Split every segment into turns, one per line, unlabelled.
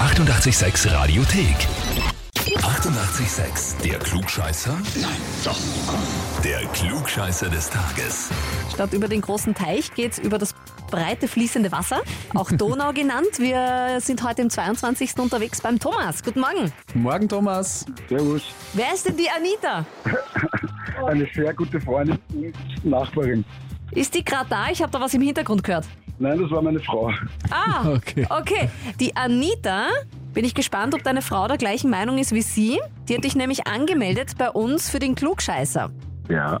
886 Radiothek. 88,6. Der Klugscheißer? Nein, doch. Der Klugscheißer des Tages.
Statt über den großen Teich geht's über das breite fließende Wasser, auch Donau genannt. Wir sind heute im 22. unterwegs beim Thomas. Guten Morgen.
Morgen, Thomas.
Servus.
Wer ist denn die Anita?
Eine sehr gute Freundin und Nachbarin.
Ist die gerade da? Ich habe da was im Hintergrund gehört.
Nein, das war meine Frau.
Ah,
Okay.
okay. Die Anita, bin ich gespannt, ob deine Frau der gleichen Meinung ist wie sie. Die hat dich nämlich angemeldet bei uns für den Klugscheißer.
Ja.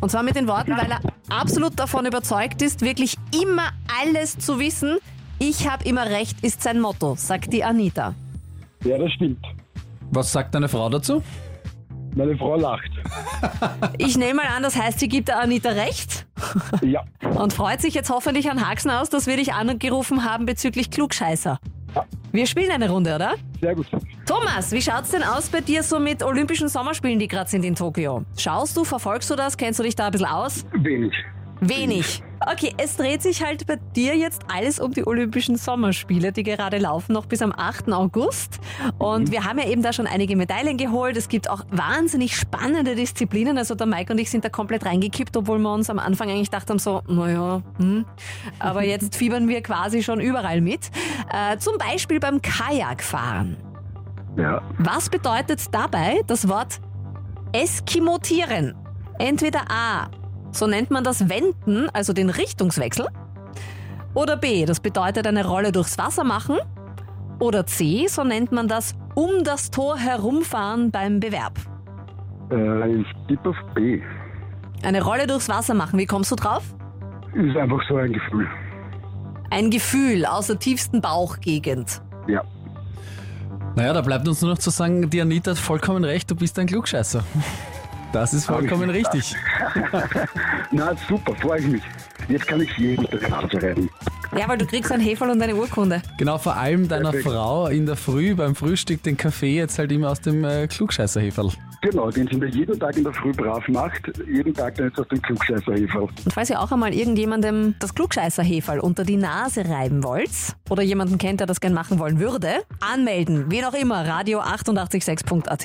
Und zwar mit den Worten, weil er absolut davon überzeugt ist, wirklich immer alles zu wissen. Ich habe immer recht, ist sein Motto, sagt die Anita.
Ja, das stimmt.
Was sagt deine Frau dazu?
Meine Frau lacht.
Ich nehme mal an, das heißt, sie gibt der Anita recht
Ja.
und freut sich jetzt hoffentlich an Haxen aus, dass wir dich angerufen haben bezüglich Klugscheißer. Wir spielen eine Runde, oder?
Sehr gut.
Thomas, wie schaut's denn aus bei dir so mit Olympischen Sommerspielen, die gerade sind in Tokio? Schaust du, verfolgst du das? Kennst du dich da ein bisschen aus?
Wenig.
Wenig. Okay, es dreht sich halt bei dir jetzt alles um die Olympischen Sommerspiele, die gerade laufen, noch bis am 8. August. Und wir haben ja eben da schon einige Medaillen geholt. Es gibt auch wahnsinnig spannende Disziplinen. Also der Mike und ich sind da komplett reingekippt, obwohl wir uns am Anfang eigentlich gedacht haben, so, naja, hm. aber jetzt fiebern wir quasi schon überall mit. Äh, zum Beispiel beim Kajakfahren.
Ja.
Was bedeutet dabei das Wort Eskimotieren? Entweder A, so nennt man das Wenden, also den Richtungswechsel. Oder B, das bedeutet eine Rolle durchs Wasser machen. Oder C, so nennt man das um das Tor herumfahren beim Bewerb.
Äh, ich tippe auf B.
Eine Rolle durchs Wasser machen, wie kommst du drauf?
Ist einfach so ein Gefühl.
Ein Gefühl aus der tiefsten Bauchgegend.
Ja.
Naja, da bleibt uns nur noch zu sagen, die Anita hat vollkommen recht, du bist ein Klugscheißer. Das ist vollkommen
Hab ich nicht
richtig.
Na, super. Freue ich mich. Jetzt kann ich jeden mit der Nase reiten.
Ja, weil du kriegst ein Heferl und eine Urkunde.
Genau, vor allem deiner
Perfekt.
Frau in der Früh beim Frühstück den Kaffee jetzt halt immer aus dem äh, Klugscheißerheferl.
Genau, den sie mir jeden Tag in der Früh brav macht. Jeden Tag dann jetzt aus dem Klugscheißerhefer.
Und falls ihr auch einmal irgendjemandem das Klugscheißer-Heferl unter die Nase reiben wollt oder jemanden kennt, der das gern machen wollen würde, anmelden, wen auch immer, radio886.at.